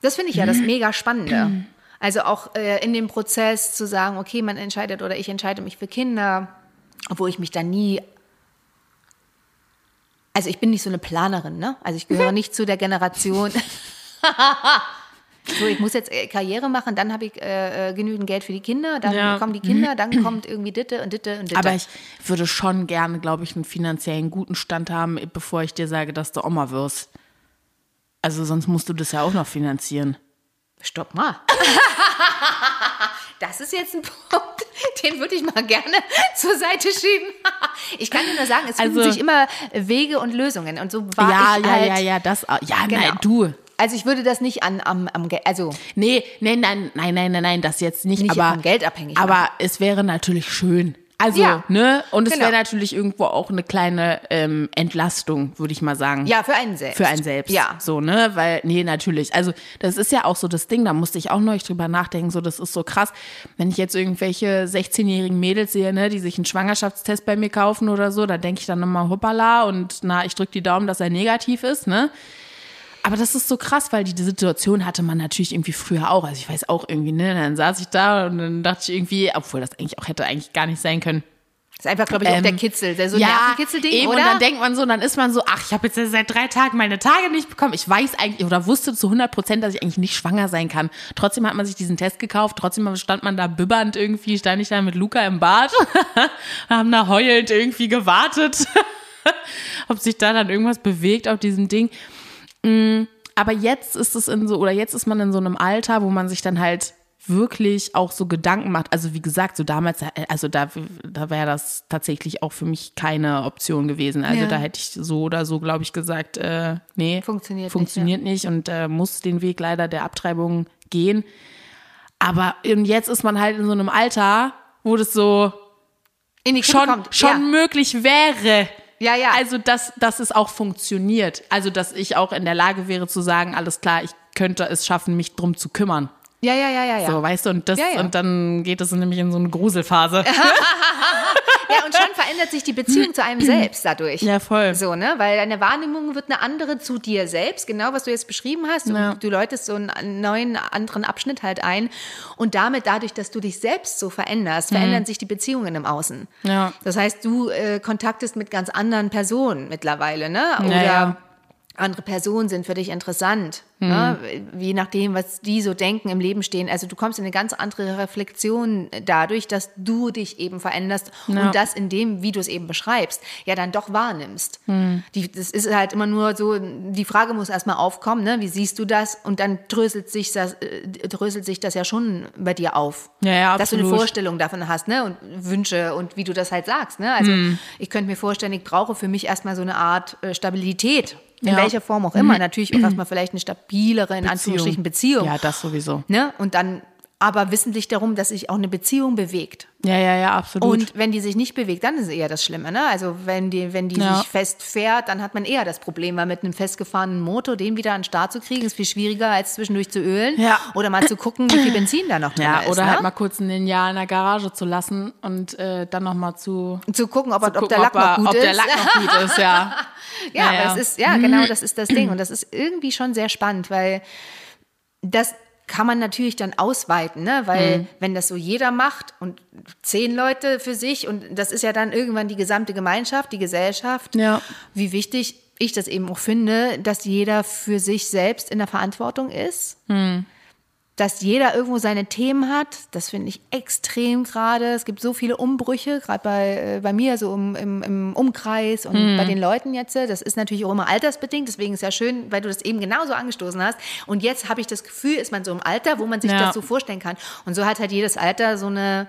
[SPEAKER 1] das finde ich ja das
[SPEAKER 2] Mhm.
[SPEAKER 1] mega
[SPEAKER 2] (clears throat)
[SPEAKER 1] Spannende. Also auch äh, in dem Prozess zu sagen, okay, man entscheidet oder ich entscheide mich für Kinder, obwohl ich mich da nie also ich bin nicht so eine Planerin, ne? Also ich
[SPEAKER 2] Mhm.
[SPEAKER 1] gehöre nicht zu der Generation. (laughs) so, ich muss jetzt äh, Karriere machen, dann habe ich äh, äh, genügend Geld für die Kinder, dann
[SPEAKER 2] Ja. Mhm.
[SPEAKER 1] kommen die Kinder, dann kommt irgendwie Ditte und Ditte und Ditte.
[SPEAKER 2] Aber ich würde schon gerne, glaube ich, einen finanziellen guten Stand haben, bevor ich dir sage, dass du Oma wirst. Also sonst musst du das ja auch noch finanzieren.
[SPEAKER 1] Stopp mal. (laughs) Das ist jetzt ein Punkt, (laughs) den würde ich mal gerne (laughs) zur Seite schieben. (laughs) Ich kann dir nur sagen, es finden
[SPEAKER 2] Also-
[SPEAKER 1] sich immer Wege und Lösungen. Und so war
[SPEAKER 2] ja,
[SPEAKER 1] ich
[SPEAKER 2] ja,
[SPEAKER 1] halt.
[SPEAKER 2] ja, ja, das. au- Ja,
[SPEAKER 1] Genau.
[SPEAKER 2] nein, du.
[SPEAKER 1] Also ich würde das nicht an am, am Ge- also
[SPEAKER 2] Nee, nee, nein, nein, nein, nein, nein, das jetzt nicht.
[SPEAKER 1] Nicht
[SPEAKER 2] aber
[SPEAKER 1] vom Geld abhängig
[SPEAKER 2] Aber es wäre natürlich schön. Also,
[SPEAKER 1] Ja.
[SPEAKER 2] ne? Und es
[SPEAKER 1] Genau.
[SPEAKER 2] wäre natürlich irgendwo auch eine kleine ähm, Entlastung, würde ich mal sagen.
[SPEAKER 1] Ja, für einen selbst.
[SPEAKER 2] Für einen selbst.
[SPEAKER 1] Ja.
[SPEAKER 2] So, ne? Weil, nee, natürlich. Also, das ist ja auch so das Ding, da musste ich auch neulich drüber nachdenken. So, das ist so krass. Wenn ich jetzt irgendwelche 16-jährigen Mädels sehe, ne, die sich einen Schwangerschaftstest bei mir kaufen oder so, da denke ich dann immer, hoppala, und na, ich drücke die Daumen, dass er negativ ist, ne? Aber das ist so krass, weil die, die Situation hatte man natürlich irgendwie früher auch. Also ich weiß auch irgendwie, ne? Dann saß ich da und dann dachte ich irgendwie, obwohl das eigentlich auch hätte eigentlich gar nicht sein können.
[SPEAKER 1] Ist einfach, glaube ich, auch
[SPEAKER 2] Ähm,
[SPEAKER 1] der Kitzel. Der so Nervenkitzel-Ding,
[SPEAKER 2] eben,
[SPEAKER 1] oder?
[SPEAKER 2] Und dann denkt man so, und dann ist man so, ach, ich habe jetzt seit drei Tagen meine Tage nicht bekommen. Ich weiß eigentlich oder wusste zu 100 Prozent, dass ich eigentlich nicht schwanger sein kann. Trotzdem hat man sich diesen Test gekauft. Trotzdem stand man da bibbernd irgendwie, stand ich da mit Luca im Bad, (laughs) haben da heulend irgendwie gewartet, ob sich da dann irgendwas bewegt auf diesem Ding. Mm, Aber jetzt ist es in so, oder jetzt ist man in so einem Alter, wo man sich dann halt wirklich auch so Gedanken macht. Also wie gesagt, so damals, also da, da wäre das tatsächlich auch für mich keine Option gewesen. Also
[SPEAKER 1] Ja.
[SPEAKER 2] da hätte ich so oder so, glaube ich, gesagt, äh, nee,
[SPEAKER 1] Funktioniert nicht,
[SPEAKER 2] funktioniert nicht, und äh, muss den Weg leider der Abtreibung gehen. Aber und jetzt ist man halt in so einem Alter, wo das so
[SPEAKER 1] in die Krippe
[SPEAKER 2] schon,
[SPEAKER 1] kommt.
[SPEAKER 2] schon
[SPEAKER 1] ja.
[SPEAKER 2] möglich wäre.
[SPEAKER 1] Ja, ja.
[SPEAKER 2] Also, dass, dass es auch funktioniert. Also, dass ich auch in der Lage wäre zu sagen, alles klar, ich könnte es schaffen, mich drum zu kümmern.
[SPEAKER 1] ja, ja, ja, ja, ja.
[SPEAKER 2] So, weißt du, und das,
[SPEAKER 1] Ja, ja.
[SPEAKER 2] und dann geht es nämlich in so eine Gruselphase.
[SPEAKER 1] Ja, und schon verändert sich die Beziehung zu
[SPEAKER 2] (clears throat)
[SPEAKER 1] einem selbst dadurch.
[SPEAKER 2] Ja, voll.
[SPEAKER 1] So, ne? Weil deine Wahrnehmung wird eine andere zu dir selbst, genau was du jetzt beschrieben hast. Du,
[SPEAKER 2] Ja.
[SPEAKER 1] du läutest so einen neuen, anderen Abschnitt halt ein. Und damit, dadurch, dass du dich selbst so veränderst, verändern sich die Beziehungen im Außen.
[SPEAKER 2] Mhm. Ja.
[SPEAKER 1] Das heißt, du äh, kontaktest mit ganz anderen Personen mittlerweile, ne? Oder
[SPEAKER 2] Ja, ja.
[SPEAKER 1] andere Personen sind für dich interessant.
[SPEAKER 2] Hm.
[SPEAKER 1] Ne? Je nachdem, was die so denken, im Leben stehen. Also du kommst in eine ganz andere Reflexion dadurch, dass du dich eben veränderst
[SPEAKER 2] Ja.
[SPEAKER 1] und das in dem, wie du es eben beschreibst, ja dann doch wahrnimmst.
[SPEAKER 2] Hm.
[SPEAKER 1] Die, das ist halt immer nur so, die Frage muss erstmal aufkommen, ne? wie siehst du das? Und dann dröselt sich das, äh, dröselt sich das ja schon bei dir auf.
[SPEAKER 2] Ja, ja,
[SPEAKER 1] Dass du eine
[SPEAKER 2] absolut.
[SPEAKER 1] Vorstellung davon hast, ne? Und Wünsche und wie du das halt sagst. Ne? Also
[SPEAKER 2] Mhm.
[SPEAKER 1] ich könnte mir vorstellen, ich brauche für mich erstmal so eine Art äh, Stabilität. In
[SPEAKER 2] Ja. Mhm.
[SPEAKER 1] welcher Form auch immer. Natürlich auch erstmal vielleicht eine stabilere, in Anführungsstrichen, Beziehung.
[SPEAKER 2] Ja, das sowieso.
[SPEAKER 1] Ne? Und dann aber wissentlich darum, dass sich auch eine Beziehung bewegt.
[SPEAKER 2] Ja, ja, ja, absolut.
[SPEAKER 1] Und wenn die sich nicht bewegt, dann ist eher das Schlimme. Ne? Also wenn die, wenn die
[SPEAKER 2] Ja.
[SPEAKER 1] sich festfährt, dann hat man eher das Problem, weil mit einem festgefahrenen Motor den wieder an den Start zu kriegen, ist viel schwieriger, als zwischendurch zu ölen
[SPEAKER 2] Ja.
[SPEAKER 1] oder mal zu gucken, wie viel Benzin da noch drin
[SPEAKER 2] ja,
[SPEAKER 1] ist.
[SPEAKER 2] oder
[SPEAKER 1] ne?
[SPEAKER 2] halt mal kurz ein Jahr in der Garage zu lassen und äh, dann nochmal zu.
[SPEAKER 1] zu gucken, ob, ob
[SPEAKER 2] gucken,
[SPEAKER 1] der Lack
[SPEAKER 2] er-
[SPEAKER 1] noch gut
[SPEAKER 2] ob
[SPEAKER 1] ist.
[SPEAKER 2] der Lack noch gut ist, ja.
[SPEAKER 1] (laughs) ja,
[SPEAKER 2] Ja,
[SPEAKER 1] aber
[SPEAKER 2] ja.
[SPEAKER 1] es ist, ja, genau, das ist das Ding. Und das ist irgendwie schon sehr spannend, weil das kann man natürlich dann ausweiten, ne? weil wenn das so jeder macht und zehn Leute für sich und das ist ja dann irgendwann die gesamte Gemeinschaft, die Gesellschaft,
[SPEAKER 2] Ja.
[SPEAKER 1] wie wichtig ich das eben auch finde, dass jeder für sich selbst in der Verantwortung ist dass jeder irgendwo seine Themen hat. Das finde ich extrem gerade. Es gibt so viele Umbrüche, gerade bei, äh, bei mir, so im, im, im Umkreis und
[SPEAKER 2] Mhm.
[SPEAKER 1] bei den Leuten jetzt. Das ist natürlich auch immer altersbedingt, deswegen ist ja schön, weil du das eben genauso angestoßen hast. Und jetzt habe ich das Gefühl, ist man so im Alter, wo man sich
[SPEAKER 2] Ja.
[SPEAKER 1] das so vorstellen kann. Und so hat halt jedes Alter so eine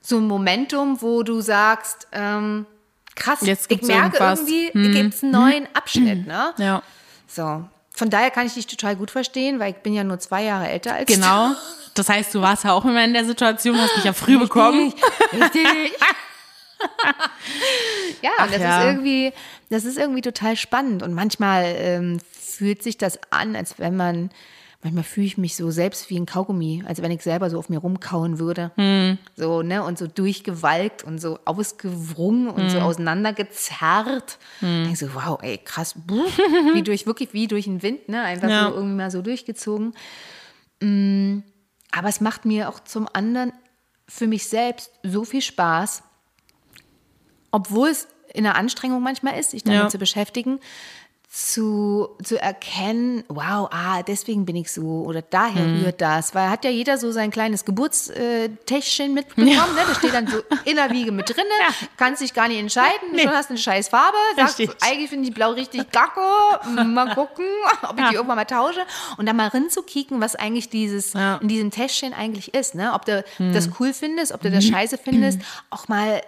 [SPEAKER 1] so ein Momentum, wo du sagst, ähm, krass,
[SPEAKER 2] Jetzt
[SPEAKER 1] ich
[SPEAKER 2] gibt's
[SPEAKER 1] merke
[SPEAKER 2] irgendwas. Mhm.
[SPEAKER 1] irgendwie, gibt es einen neuen Abschnitt, ne?
[SPEAKER 2] Ja.
[SPEAKER 1] So. Von daher kann ich dich total gut verstehen, weil ich bin ja nur zwei Jahre älter als du.
[SPEAKER 2] Genau. Das heißt, du warst ja auch immer in der Situation, hast mich ja früh bekommen.
[SPEAKER 1] Richtig.
[SPEAKER 2] (laughs)
[SPEAKER 1] ja, und das
[SPEAKER 2] ja.
[SPEAKER 1] ist irgendwie, das ist irgendwie total spannend. Und manchmal ähm, fühlt sich das an, als wenn man, manchmal fühle ich mich so selbst wie ein Kaugummi, als wenn ich selber so auf mir rumkauen würde.
[SPEAKER 2] Hm.
[SPEAKER 1] So, ne, und so durchgewalkt und so ausgewrungen und
[SPEAKER 2] Hm.
[SPEAKER 1] so auseinandergezerrt. Denk so, wow, ey, krass, buh,
[SPEAKER 2] (laughs)
[SPEAKER 1] wie durch, wirklich wie durch den Wind, ne? Einfach
[SPEAKER 2] Ja.
[SPEAKER 1] so irgendwie mal so durchgezogen. Aber es macht mir auch zum anderen für mich selbst so viel Spaß, obwohl es in der Anstrengung manchmal ist, sich damit
[SPEAKER 2] Ja.
[SPEAKER 1] zu beschäftigen, zu, zu erkennen, wow, ah, deswegen bin ich so oder daher
[SPEAKER 2] Mhm.
[SPEAKER 1] rührt das. Weil hat ja jeder so sein kleines Geburtstäschchen mitbekommen, ne? das steht dann so in der Wiege mit
[SPEAKER 2] (laughs)
[SPEAKER 1] drinne, kannst dich gar nicht entscheiden, schon hast eine scheiß Farbe, sagst,
[SPEAKER 2] Richtig.
[SPEAKER 1] eigentlich finde ich blau
[SPEAKER 2] (laughs)
[SPEAKER 1] richtig kacke, mal gucken, ob ich die irgendwann mal tausche und dann mal rinzukicken, was eigentlich dieses
[SPEAKER 2] Ja. Hm.
[SPEAKER 1] in diesem Täschchen eigentlich ist, ne? Ob du das cool findest, ob du das scheiße findest, auch mal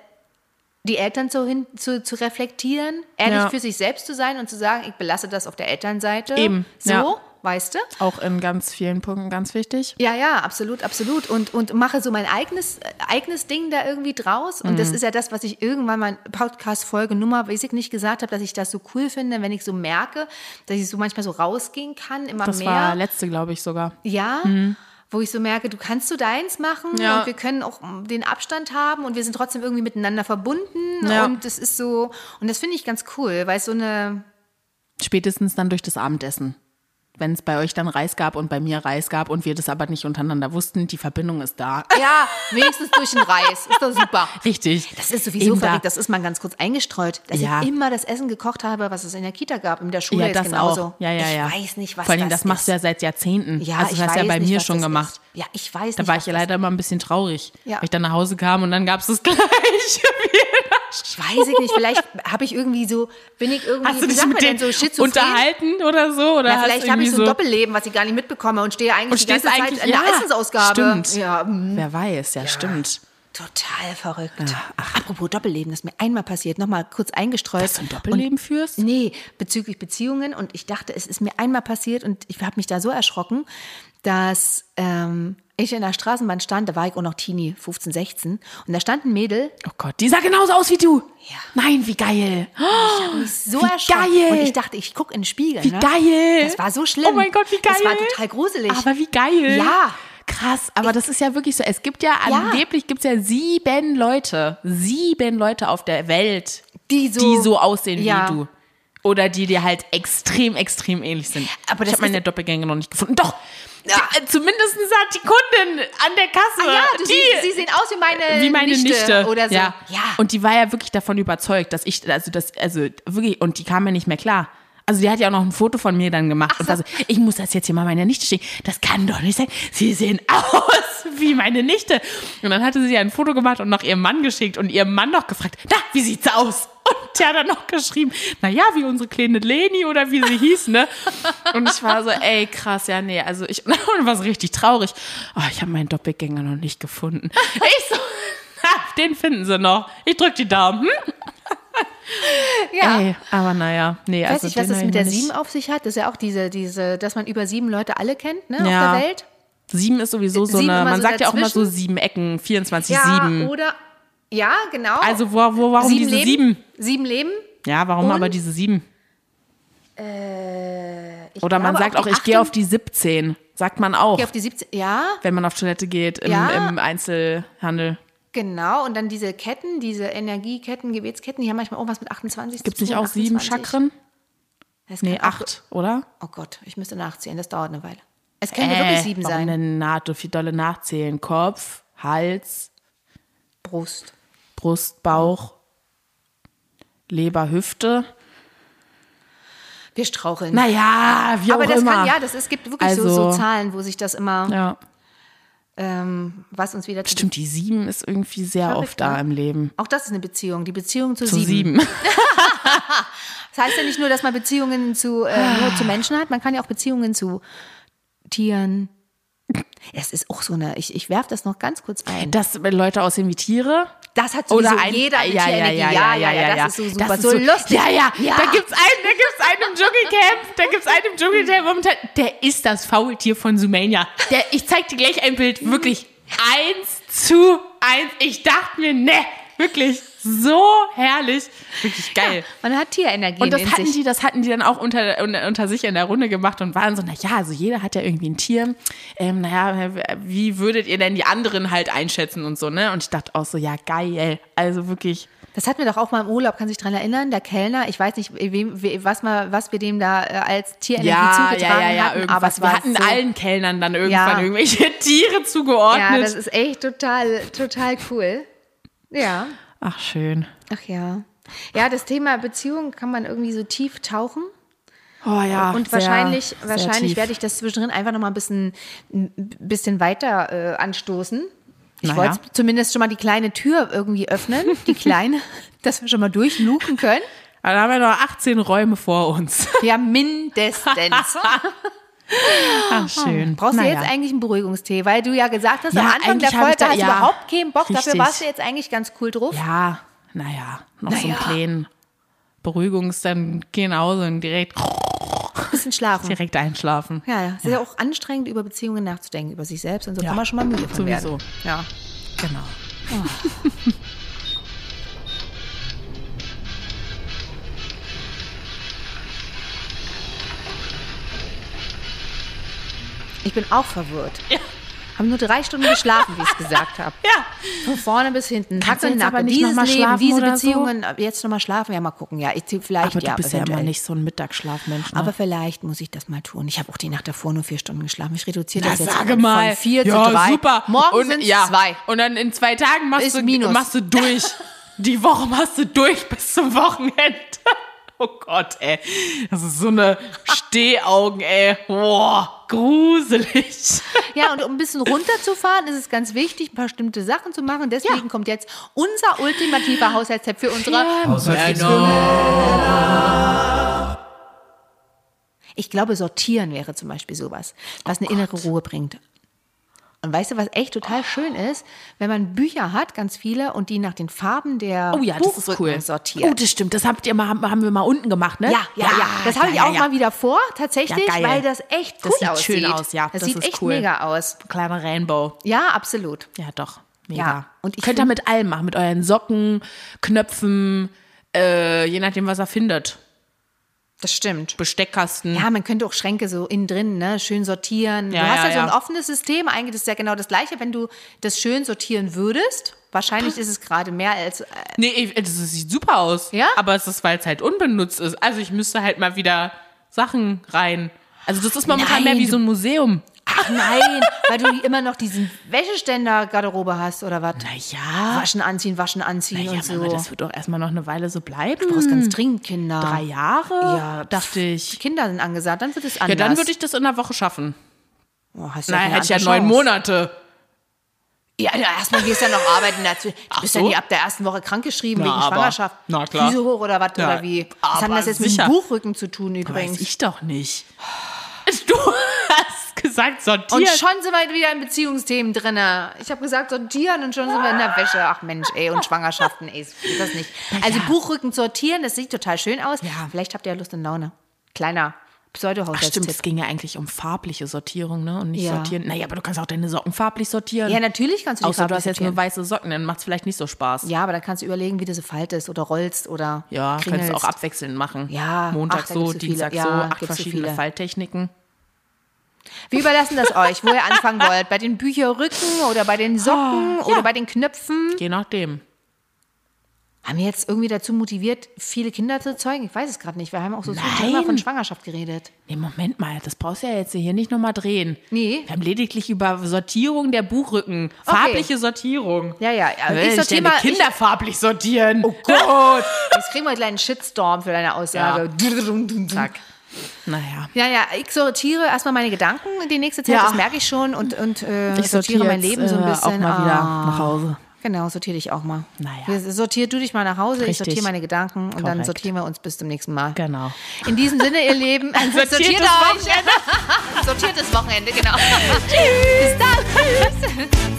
[SPEAKER 1] die Eltern so hin, zu, zu reflektieren, ehrlich
[SPEAKER 2] Ja.
[SPEAKER 1] für sich selbst zu sein und zu sagen, ich belasse das auf der Elternseite.
[SPEAKER 2] Eben,
[SPEAKER 1] So.
[SPEAKER 2] ja.
[SPEAKER 1] weißt du?
[SPEAKER 2] Auch in ganz vielen Punkten ganz wichtig.
[SPEAKER 1] Ja, ja, absolut, absolut. Und, und mache so mein eigenes, äh, eigenes Ding da irgendwie draus. Und
[SPEAKER 2] Mhm.
[SPEAKER 1] das ist ja das, was ich irgendwann mal in Podcast-Folge Nummer, weiß ich nicht, gesagt habe, dass ich das so cool finde, wenn ich so merke, dass ich so manchmal so rausgehen kann, immer
[SPEAKER 2] Das
[SPEAKER 1] mehr.
[SPEAKER 2] war letzte, glaube ich, sogar.
[SPEAKER 1] Ja, wo ich so merke, du kannst so deins machen
[SPEAKER 2] Ja.
[SPEAKER 1] und wir können auch mm, den Abstand haben und wir sind trotzdem irgendwie miteinander verbunden
[SPEAKER 2] Ja.
[SPEAKER 1] und das ist so und das finde ich ganz cool, weil es so eine
[SPEAKER 2] Spätestens dann durch das Abendessen. Wenn es bei euch dann Reis gab und bei mir Reis gab und wir das aber nicht untereinander wussten, die Verbindung ist da. (laughs)
[SPEAKER 1] ja, (laughs) wenigstens durch den Reis, ist doch super.
[SPEAKER 2] Richtig.
[SPEAKER 1] Das ist sowieso
[SPEAKER 2] Eben da.
[SPEAKER 1] verrückt, das ist mal ganz kurz eingestreut, dass
[SPEAKER 2] Ja.
[SPEAKER 1] ich immer das Essen gekocht habe, was es in der Kita gab, in der Schule
[SPEAKER 2] Ja,
[SPEAKER 1] ist
[SPEAKER 2] das
[SPEAKER 1] genauso.
[SPEAKER 2] auch. Ja, ja,
[SPEAKER 1] ich
[SPEAKER 2] ja.
[SPEAKER 1] weiß nicht, was
[SPEAKER 2] Vor allem,
[SPEAKER 1] das,
[SPEAKER 2] das machst du
[SPEAKER 1] ist.
[SPEAKER 2] ja seit Jahrzehnten.
[SPEAKER 1] Ja,
[SPEAKER 2] also,
[SPEAKER 1] ich
[SPEAKER 2] das hast du ja
[SPEAKER 1] weiß
[SPEAKER 2] bei
[SPEAKER 1] nicht,
[SPEAKER 2] mir
[SPEAKER 1] was
[SPEAKER 2] schon
[SPEAKER 1] das
[SPEAKER 2] gemacht.
[SPEAKER 1] Ist. Ja, ich weiß
[SPEAKER 2] Da
[SPEAKER 1] nicht.
[SPEAKER 2] war
[SPEAKER 1] was
[SPEAKER 2] ich ja
[SPEAKER 1] das
[SPEAKER 2] leider immer ein bisschen traurig,
[SPEAKER 1] Ja.
[SPEAKER 2] weil ich dann nach Hause kam und dann gab es das (laughs) gleich.
[SPEAKER 1] Ich weiß ich nicht,
[SPEAKER 2] (laughs)
[SPEAKER 1] vielleicht habe ich irgendwie so, bin ich irgendwie,
[SPEAKER 2] Hast du
[SPEAKER 1] wie
[SPEAKER 2] dich
[SPEAKER 1] sagt
[SPEAKER 2] mit
[SPEAKER 1] man denn
[SPEAKER 2] denen
[SPEAKER 1] so schizophren?
[SPEAKER 2] unterhalten oder so? Oder
[SPEAKER 1] Ja,
[SPEAKER 2] hast
[SPEAKER 1] vielleicht habe
[SPEAKER 2] irgendwie
[SPEAKER 1] ich so ein Doppelleben, was ich gar nicht mitbekomme und stehe eigentlich
[SPEAKER 2] Und
[SPEAKER 1] die ganze
[SPEAKER 2] stehst
[SPEAKER 1] Zeit
[SPEAKER 2] eigentlich-
[SPEAKER 1] in der
[SPEAKER 2] ja,
[SPEAKER 1] Essensausgabe.
[SPEAKER 2] stimmt.
[SPEAKER 1] Ja, mm,
[SPEAKER 2] Wer weiß, ja, stimmt.
[SPEAKER 1] total verrückt. Apropos Doppelleben, das ist mir einmal passiert, nochmal kurz eingestreut.
[SPEAKER 2] Dass du ein Doppelleben führst?
[SPEAKER 1] Und, nee, bezüglich Beziehungen und ich dachte, es ist mir einmal passiert und ich habe mich da so erschrocken, dass ähm, ich in der Straßenbahn stand, da war ich auch noch Teenie, 15, 16 und da stand ein Mädel,
[SPEAKER 2] Oh Gott, die sah genauso aus wie du.
[SPEAKER 1] Ja.
[SPEAKER 2] Nein, wie geil.
[SPEAKER 1] so
[SPEAKER 2] Wie
[SPEAKER 1] erschrocken
[SPEAKER 2] geil.
[SPEAKER 1] und ich dachte, ich gucke in den Spiegel.
[SPEAKER 2] Wie
[SPEAKER 1] ne?
[SPEAKER 2] geil.
[SPEAKER 1] Das war so schlimm.
[SPEAKER 2] Oh mein Gott, wie geil.
[SPEAKER 1] Das war total gruselig.
[SPEAKER 2] Aber wie geil.
[SPEAKER 1] Ja.
[SPEAKER 2] Krass, aber das ist ja wirklich so. Es gibt ja,
[SPEAKER 1] Ja.
[SPEAKER 2] angeblich gibt es ja sieben Leute, sieben Leute auf der Welt,
[SPEAKER 1] Die so-
[SPEAKER 2] die so aussehen
[SPEAKER 1] Ja.
[SPEAKER 2] wie du. Oder die dir halt extrem, extrem ähnlich sind.
[SPEAKER 1] Aber
[SPEAKER 2] ich
[SPEAKER 1] das
[SPEAKER 2] habe meine
[SPEAKER 1] ist-
[SPEAKER 2] Doppelgänger noch nicht gefunden. Doch,
[SPEAKER 1] Ja.
[SPEAKER 2] die, äh, zumindest hat die Kundin an der Kasse.
[SPEAKER 1] Ah ja, du
[SPEAKER 2] die,
[SPEAKER 1] siehst, sie sehen aus wie meine,
[SPEAKER 2] wie meine Nichte,
[SPEAKER 1] oder so.
[SPEAKER 2] Ja.
[SPEAKER 1] ja.
[SPEAKER 2] Und die war ja wirklich davon überzeugt, dass ich, also das, also wirklich, und die kam mir nicht mehr klar. Also die hat ja auch noch ein Foto von mir dann gemacht und war so, ich muss das jetzt hier mal meiner Nichte schicken. Das kann doch nicht sein. Sie sehen (laughs) aus wie meine Nichte. Und dann hatte sie ja ein Foto gemacht und noch ihrem Mann geschickt und ihrem Mann noch gefragt, na, wie sieht's aus? Und der hat dann noch geschrieben, na ja, wie unsere kleine Leni oder wie sie hieß, ne? Und ich war so, ey, krass, ja, nee, also ich, (laughs) und war so richtig traurig. Oh, ich habe meinen Doppelgänger noch nicht gefunden. Ich so, Ha, den finden sie noch. Ich drück die Daumen. Hm?
[SPEAKER 1] ja.
[SPEAKER 2] Ey, aber naja, nee,
[SPEAKER 1] Ich weiß
[SPEAKER 2] also
[SPEAKER 1] nicht, was
[SPEAKER 2] den
[SPEAKER 1] es
[SPEAKER 2] hab
[SPEAKER 1] mit
[SPEAKER 2] ich
[SPEAKER 1] der
[SPEAKER 2] noch nicht.
[SPEAKER 1] 7 auf sich hat. Das ist ja auch diese, diese, dass man über sieben Leute alle kennt, ne,
[SPEAKER 2] Ja.
[SPEAKER 1] auf der Welt.
[SPEAKER 2] Sieben ist sowieso so
[SPEAKER 1] Sieben
[SPEAKER 2] eine,
[SPEAKER 1] immer
[SPEAKER 2] man
[SPEAKER 1] so
[SPEAKER 2] sagt ja auch immer so
[SPEAKER 1] dazwischen.
[SPEAKER 2] sieben Ecken, 24,
[SPEAKER 1] Ja,
[SPEAKER 2] sieben.
[SPEAKER 1] oder, ja, genau.
[SPEAKER 2] Also wo, wo, warum
[SPEAKER 1] sieben
[SPEAKER 2] diese
[SPEAKER 1] Leben,
[SPEAKER 2] sieben?
[SPEAKER 1] Sieben Leben.
[SPEAKER 2] Ja, warum
[SPEAKER 1] Und?
[SPEAKER 2] aber diese sieben?
[SPEAKER 1] Äh, ich
[SPEAKER 2] Oder man
[SPEAKER 1] glaube,
[SPEAKER 2] sagt auch,
[SPEAKER 1] die
[SPEAKER 2] ich gehe auf
[SPEAKER 1] Achtung-
[SPEAKER 2] die 17. Sagt man auch,
[SPEAKER 1] gehe auf die 17, ja,
[SPEAKER 2] wenn man auf Toilette geht im,
[SPEAKER 1] Ja.
[SPEAKER 2] im Einzelhandel.
[SPEAKER 1] genau. Und dann diese Ketten, diese Energieketten, Gebetsketten, die haben manchmal auch was mit 28
[SPEAKER 2] Gibt es
[SPEAKER 1] zu
[SPEAKER 2] nicht
[SPEAKER 1] tun,
[SPEAKER 2] auch sieben
[SPEAKER 1] 28.
[SPEAKER 2] Chakren?
[SPEAKER 1] Das
[SPEAKER 2] Nee,
[SPEAKER 1] kann auch-
[SPEAKER 2] acht, oder?
[SPEAKER 1] Oh Gott, ich müsste nachzählen, das dauert eine Weile. Es können
[SPEAKER 2] Äh,
[SPEAKER 1] wirklich sieben
[SPEAKER 2] warum
[SPEAKER 1] sein.
[SPEAKER 2] Denn na, so viel dolle nachzählen. Kopf, Hals,
[SPEAKER 1] Brust.
[SPEAKER 2] Brust, Bauch, Leber, Hüfte.
[SPEAKER 1] Wir straucheln.
[SPEAKER 2] Naja, wie
[SPEAKER 1] Aber
[SPEAKER 2] auch
[SPEAKER 1] das
[SPEAKER 2] immer.
[SPEAKER 1] kann, ja, das, es gibt wirklich so,
[SPEAKER 2] Also-
[SPEAKER 1] so Zahlen, wo sich das immer,
[SPEAKER 2] Ja.
[SPEAKER 1] ähm, was uns wieder zu
[SPEAKER 2] Stimmt, die sieben ist irgendwie sehr
[SPEAKER 1] Verrückt,
[SPEAKER 2] oft da
[SPEAKER 1] ne?
[SPEAKER 2] im Leben.
[SPEAKER 1] Auch das ist eine Beziehung, die Beziehung zu,
[SPEAKER 2] Zu
[SPEAKER 1] sieben.
[SPEAKER 2] sieben.
[SPEAKER 1] Das heißt ja nicht nur, dass man Beziehungen zu,
[SPEAKER 2] Ah.
[SPEAKER 1] äh, nur zu Menschen hat, man kann ja auch Beziehungen zu Tieren. Es ist auch so eine, ich, ich werfe das noch ganz kurz ein.
[SPEAKER 2] Dass Leute aussehen wie Tiere.
[SPEAKER 1] Das hat sowieso
[SPEAKER 2] Oder ein,
[SPEAKER 1] jeder mit
[SPEAKER 2] ja, ja,
[SPEAKER 1] Tierenergie.
[SPEAKER 2] ja, ja, ja, ja,
[SPEAKER 1] das ist so super, so, lustig.
[SPEAKER 2] Ja, ja,
[SPEAKER 1] Ja.
[SPEAKER 2] Da gibt's einen, da gibt's einen im Dschungelcamp, da gibt's einen im Dschungelcamp momentan. Der ist das Faultier von Sumania. Der, ich zeig dir gleich ein Bild, wirklich. Eins zu eins. Ich dachte mir, ne, wirklich, so herrlich. Wirklich geil.
[SPEAKER 1] Man hat Tierenergie
[SPEAKER 2] Und das
[SPEAKER 1] in
[SPEAKER 2] hatten
[SPEAKER 1] sich.
[SPEAKER 2] die, das hatten die dann auch unter, unter, unter sich in der Runde gemacht und waren so, naja, also jeder hat ja irgendwie ein Tier. Ähm, naja, wie würdet ihr denn die anderen halt einschätzen und so, ne? Und ich dachte auch so, ja, geil. Also wirklich,
[SPEAKER 1] Das hatten wir doch auch mal im Urlaub, kann sich dran erinnern, der Kellner, ich weiß nicht, wem, we- was, mal, was wir dem da äh, als Tierenergie
[SPEAKER 2] ja, ja,
[SPEAKER 1] zugetragen
[SPEAKER 2] ja, ja,
[SPEAKER 1] hatten, aber
[SPEAKER 2] irgendwas.
[SPEAKER 1] es war
[SPEAKER 2] Wir hatten
[SPEAKER 1] so
[SPEAKER 2] allen Kellnern dann irgendwann
[SPEAKER 1] Ja.
[SPEAKER 2] irgendwelche (laughs) Tiere
[SPEAKER 1] Ja, das
[SPEAKER 2] zugeordnet.
[SPEAKER 1] ist echt total, total cool. Ja.
[SPEAKER 2] Ach, schön.
[SPEAKER 1] Ach ja. Ja, das Thema Beziehung kann man irgendwie so tief tauchen.
[SPEAKER 2] Oh ja.
[SPEAKER 1] Und wahrscheinlich, wahrscheinlich werde ich das zwischendrin einfach nochmal ein bisschen, ein bisschen weiter äh, anstoßen. Ich
[SPEAKER 2] Na ja.
[SPEAKER 1] wollte zumindest schon mal die kleine Tür irgendwie öffnen, die
[SPEAKER 2] (laughs)
[SPEAKER 1] kleine, dass wir schon mal durchluken können.
[SPEAKER 2] Aber da haben wir noch 18 Räume vor uns. (laughs)
[SPEAKER 1] Ja, mindestens.
[SPEAKER 2] Ach, Ah, schön.
[SPEAKER 1] Oh. Brauchst du
[SPEAKER 2] Na ja.
[SPEAKER 1] jetzt eigentlich einen Beruhigungstee? Weil du ja gesagt hast,
[SPEAKER 2] Ja,
[SPEAKER 1] am Anfang der
[SPEAKER 2] eigentlich hab
[SPEAKER 1] Folge
[SPEAKER 2] ich da-
[SPEAKER 1] hast du
[SPEAKER 2] ja,
[SPEAKER 1] überhaupt keinen Bock. Dafür
[SPEAKER 2] richtig.
[SPEAKER 1] warst du jetzt eigentlich ganz cool drauf.
[SPEAKER 2] Ja, naja, noch so einen
[SPEAKER 1] Naja.
[SPEAKER 2] kleinen Beruhigungs, dann gehen nach Hause und direkt
[SPEAKER 1] ein bisschen schlafen.
[SPEAKER 2] Direkt einschlafen.
[SPEAKER 1] Ja, ja. Es ist ja auch anstrengend, über Beziehungen nachzudenken, über sich selbst und so
[SPEAKER 2] Ja.
[SPEAKER 1] kann man schon mal müde von werden.
[SPEAKER 2] Sowieso.
[SPEAKER 1] Ja.
[SPEAKER 2] Genau.
[SPEAKER 1] Ich bin auch verwirrt. Ja. Haben nur drei Stunden geschlafen, wie ich es gesagt habe.
[SPEAKER 2] Ja.
[SPEAKER 1] Von vorne bis hinten.
[SPEAKER 2] Kannst du
[SPEAKER 1] Hacke,
[SPEAKER 2] jetzt aber
[SPEAKER 1] Nacke,
[SPEAKER 2] nicht
[SPEAKER 1] dieses
[SPEAKER 2] noch mal
[SPEAKER 1] Leben,
[SPEAKER 2] schlafen
[SPEAKER 1] diese
[SPEAKER 2] oder so?
[SPEAKER 1] Beziehungen. äh, Jetzt nochmal schlafen, ja, mal gucken. Ja, ich, vielleicht,
[SPEAKER 2] Aber du
[SPEAKER 1] ja.
[SPEAKER 2] bist ja immer
[SPEAKER 1] eventuell.
[SPEAKER 2] nicht so ein Mittagsschlafmensch. Ne?
[SPEAKER 1] Aber vielleicht muss ich das mal tun. Ich habe auch die Nacht davor nur vier Stunden geschlafen. Ich reduziere das jetzt
[SPEAKER 2] sage
[SPEAKER 1] von
[SPEAKER 2] mal.
[SPEAKER 1] vier
[SPEAKER 2] ja,
[SPEAKER 1] zu drei.
[SPEAKER 2] super.
[SPEAKER 1] Morgen
[SPEAKER 2] Und-
[SPEAKER 1] sind es
[SPEAKER 2] ja.
[SPEAKER 1] zwei.
[SPEAKER 2] Und dann in zwei Tagen machst,
[SPEAKER 1] Ist
[SPEAKER 2] du,
[SPEAKER 1] Minus.
[SPEAKER 2] machst du (laughs) durch. Die Woche machst du durch bis zum Wochenende. (laughs) Oh Gott, ey. Das ist so eine Stehaugen, ey. Boah, gruselig.
[SPEAKER 1] Ja, und um ein bisschen runterzufahren, ist es ganz wichtig, bestimmte Sachen zu machen. Deswegen kommt jetzt unser ultimativer Haushaltstipp für unsere. Ich glaube, sortieren wäre zum Beispiel sowas, was
[SPEAKER 2] Oh
[SPEAKER 1] eine innere Ruhe bringt. Und weißt du, was echt total schön ist? Wenn man Bücher hat, ganz viele, und die nach den Farben der
[SPEAKER 2] Oh ja, das ist
[SPEAKER 1] Buchrücken
[SPEAKER 2] cool.
[SPEAKER 1] sortiert.
[SPEAKER 2] Oh, das stimmt. Das habt ihr mal, haben haben wir mal unten gemacht, ne?
[SPEAKER 1] Ja, ja, ja. Das habe ich
[SPEAKER 2] ja,
[SPEAKER 1] auch
[SPEAKER 2] ja.
[SPEAKER 1] mal wieder vor, tatsächlich,
[SPEAKER 2] Ja, geil.
[SPEAKER 1] weil das echt
[SPEAKER 2] Das
[SPEAKER 1] cool
[SPEAKER 2] sieht
[SPEAKER 1] aussieht.
[SPEAKER 2] schön aus, ja,
[SPEAKER 1] Das,
[SPEAKER 2] das
[SPEAKER 1] sieht
[SPEAKER 2] ist
[SPEAKER 1] echt
[SPEAKER 2] cool.
[SPEAKER 1] mega aus.
[SPEAKER 2] Kleiner Rainbow.
[SPEAKER 1] Ja, absolut.
[SPEAKER 2] Ja, doch. Mega.
[SPEAKER 1] Ja, und ich
[SPEAKER 2] Könnt ihr mit allem machen, mit euren Socken, Knöpfen, äh, je nachdem, was er findet.
[SPEAKER 1] Das stimmt.
[SPEAKER 2] Besteckkasten.
[SPEAKER 1] Ja, man könnte auch Schränke so innen drin, ne, schön sortieren.
[SPEAKER 2] Ja,
[SPEAKER 1] du hast
[SPEAKER 2] ja,
[SPEAKER 1] ja, so
[SPEAKER 2] ja.
[SPEAKER 1] ein offenes System, eigentlich ist es ja genau das gleiche, wenn du das schön sortieren würdest. Wahrscheinlich ist es gerade mehr als äh,
[SPEAKER 2] Nee, ich- das sieht super aus.
[SPEAKER 1] Ja?
[SPEAKER 2] Aber es ist, weil es halt unbenutzt ist. Also ich müsste halt mal wieder Sachen rein. Also das ist momentan
[SPEAKER 1] Nein,
[SPEAKER 2] mehr wie so ein Museum.
[SPEAKER 1] Ach
[SPEAKER 2] (laughs)
[SPEAKER 1] nein, weil du immer noch diesen Wäscheständer Garderobe hast oder was?
[SPEAKER 2] Naja.
[SPEAKER 1] Waschen anziehen, waschen anziehen
[SPEAKER 2] Ja,
[SPEAKER 1] und so.
[SPEAKER 2] aber das wird doch erstmal noch eine Weile so bleiben.
[SPEAKER 1] Du brauchst ganz dringend Kinder.
[SPEAKER 2] Drei Jahre?
[SPEAKER 1] Ja,
[SPEAKER 2] dachte ich.
[SPEAKER 1] Kinder sind angesagt, dann wird es
[SPEAKER 2] Ja,
[SPEAKER 1] anders.
[SPEAKER 2] dann würde ich das in einer Woche schaffen.
[SPEAKER 1] Oh, hast
[SPEAKER 2] Nein,
[SPEAKER 1] keine
[SPEAKER 2] hätte ich ja
[SPEAKER 1] andere
[SPEAKER 2] neun
[SPEAKER 1] Chance.
[SPEAKER 2] Monate.
[SPEAKER 1] Ja, ja, erstmal gehst du ja noch
[SPEAKER 2] (laughs)
[SPEAKER 1] arbeiten dazu. Du bist ja
[SPEAKER 2] so?
[SPEAKER 1] nie ab der ersten Woche krankgeschrieben
[SPEAKER 2] Na,
[SPEAKER 1] wegen
[SPEAKER 2] aber-
[SPEAKER 1] Schwangerschaft.
[SPEAKER 2] na klar.
[SPEAKER 1] Füße hoch oder was
[SPEAKER 2] Ja,
[SPEAKER 1] oder wie? Was
[SPEAKER 2] aber
[SPEAKER 1] hat denn das jetzt
[SPEAKER 2] sicher.
[SPEAKER 1] mit dem Buchrücken zu tun
[SPEAKER 2] Weiß
[SPEAKER 1] übrigens?
[SPEAKER 2] ich doch nicht. Du (laughs) hast gesagt, sortieren.
[SPEAKER 1] Und schon sind wir wieder in Beziehungsthemen drin. Ich habe gesagt, sortieren und schon sind wir in der Wäsche. Ach Mensch, ey, und Schwangerschaften, ey, so geht das nicht. Also Buchrücken sortieren, das sieht total schön aus.
[SPEAKER 2] Ja.
[SPEAKER 1] Vielleicht habt ihr ja Lust und Laune. Kleiner
[SPEAKER 2] Ach stimmt,
[SPEAKER 1] Pseudohaushaltstipp.
[SPEAKER 2] es ging ja eigentlich um farbliche Sortierung, ne? Und nicht
[SPEAKER 1] Ja.
[SPEAKER 2] sortieren. Naja, aber du kannst auch deine Socken farblich sortieren.
[SPEAKER 1] Ja, natürlich kannst du die
[SPEAKER 2] Außer du
[SPEAKER 1] Farbe
[SPEAKER 2] hast jetzt nur
[SPEAKER 1] sortieren.
[SPEAKER 2] weiße Socken, dann macht es vielleicht nicht so Spaß.
[SPEAKER 1] Ja, aber dann kannst du überlegen, wie du sie faltest oder rollst oder
[SPEAKER 2] Ja, kannst
[SPEAKER 1] kringelst.
[SPEAKER 2] du auch abwechselnd machen.
[SPEAKER 1] Ja,
[SPEAKER 2] Montag
[SPEAKER 1] ach, da
[SPEAKER 2] so,
[SPEAKER 1] gibt's so viele.
[SPEAKER 2] Dienstag
[SPEAKER 1] Ja,
[SPEAKER 2] so,
[SPEAKER 1] gibt's
[SPEAKER 2] acht
[SPEAKER 1] so
[SPEAKER 2] verschiedene
[SPEAKER 1] viele.
[SPEAKER 2] Falltechniken.
[SPEAKER 1] Wir überlassen das euch, wo ihr anfangen wollt. Bei den Bücherrücken oder bei den
[SPEAKER 2] Ah,
[SPEAKER 1] Socken oder bei den Knöpfen.
[SPEAKER 2] Je nachdem.
[SPEAKER 1] Haben wir jetzt irgendwie dazu motiviert, viele Kinder zu zeugen? Ich weiß es gerade nicht. Wir haben auch so viel immer
[SPEAKER 2] Nein.
[SPEAKER 1] von Schwangerschaft geredet.
[SPEAKER 2] Nee, Moment mal, das brauchst du ja jetzt hier nicht nochmal drehen.
[SPEAKER 1] Nee.
[SPEAKER 2] Wir haben lediglich über Sortierung der Buchrücken. Farbliche Sortierung.
[SPEAKER 1] Ja, ja, ja.
[SPEAKER 2] Will
[SPEAKER 1] Ich sortiere
[SPEAKER 2] deine
[SPEAKER 1] mal. Ich,
[SPEAKER 2] Kinder farblich sortieren. (laughs) Oh
[SPEAKER 1] Gott. (laughs) jetzt kriegen wir gleich einen Shitstorm für deine Aussage.
[SPEAKER 2] Zack. Naja.
[SPEAKER 1] Ja, ja, ich sortiere erstmal meine Gedanken in die nächste Zeit,
[SPEAKER 2] Ja.
[SPEAKER 1] das merke ich schon. Und, und äh,
[SPEAKER 2] Ich sortiere
[SPEAKER 1] mein
[SPEAKER 2] jetzt,
[SPEAKER 1] Leben so ein
[SPEAKER 2] äh,
[SPEAKER 1] bisschen.
[SPEAKER 2] auch mal wieder
[SPEAKER 1] Ah.
[SPEAKER 2] nach Hause.
[SPEAKER 1] Genau, sortiere dich auch mal.
[SPEAKER 2] Naja.
[SPEAKER 1] Wir- Sortier du dich mal nach Hause, ich
[SPEAKER 2] Richtig.
[SPEAKER 1] sortiere meine Gedanken und dann
[SPEAKER 2] Korrekt.
[SPEAKER 1] sortieren wir uns bis zum nächsten Mal.
[SPEAKER 2] Genau.
[SPEAKER 1] In diesem Sinne, ihr (laughs)
[SPEAKER 2] (laughs)
[SPEAKER 1] Leben, ein (laughs)
[SPEAKER 2] sortiertes
[SPEAKER 1] Wochenende. sortiertes Wochenende, genau. Tschüss. Bis dann. Tschüss.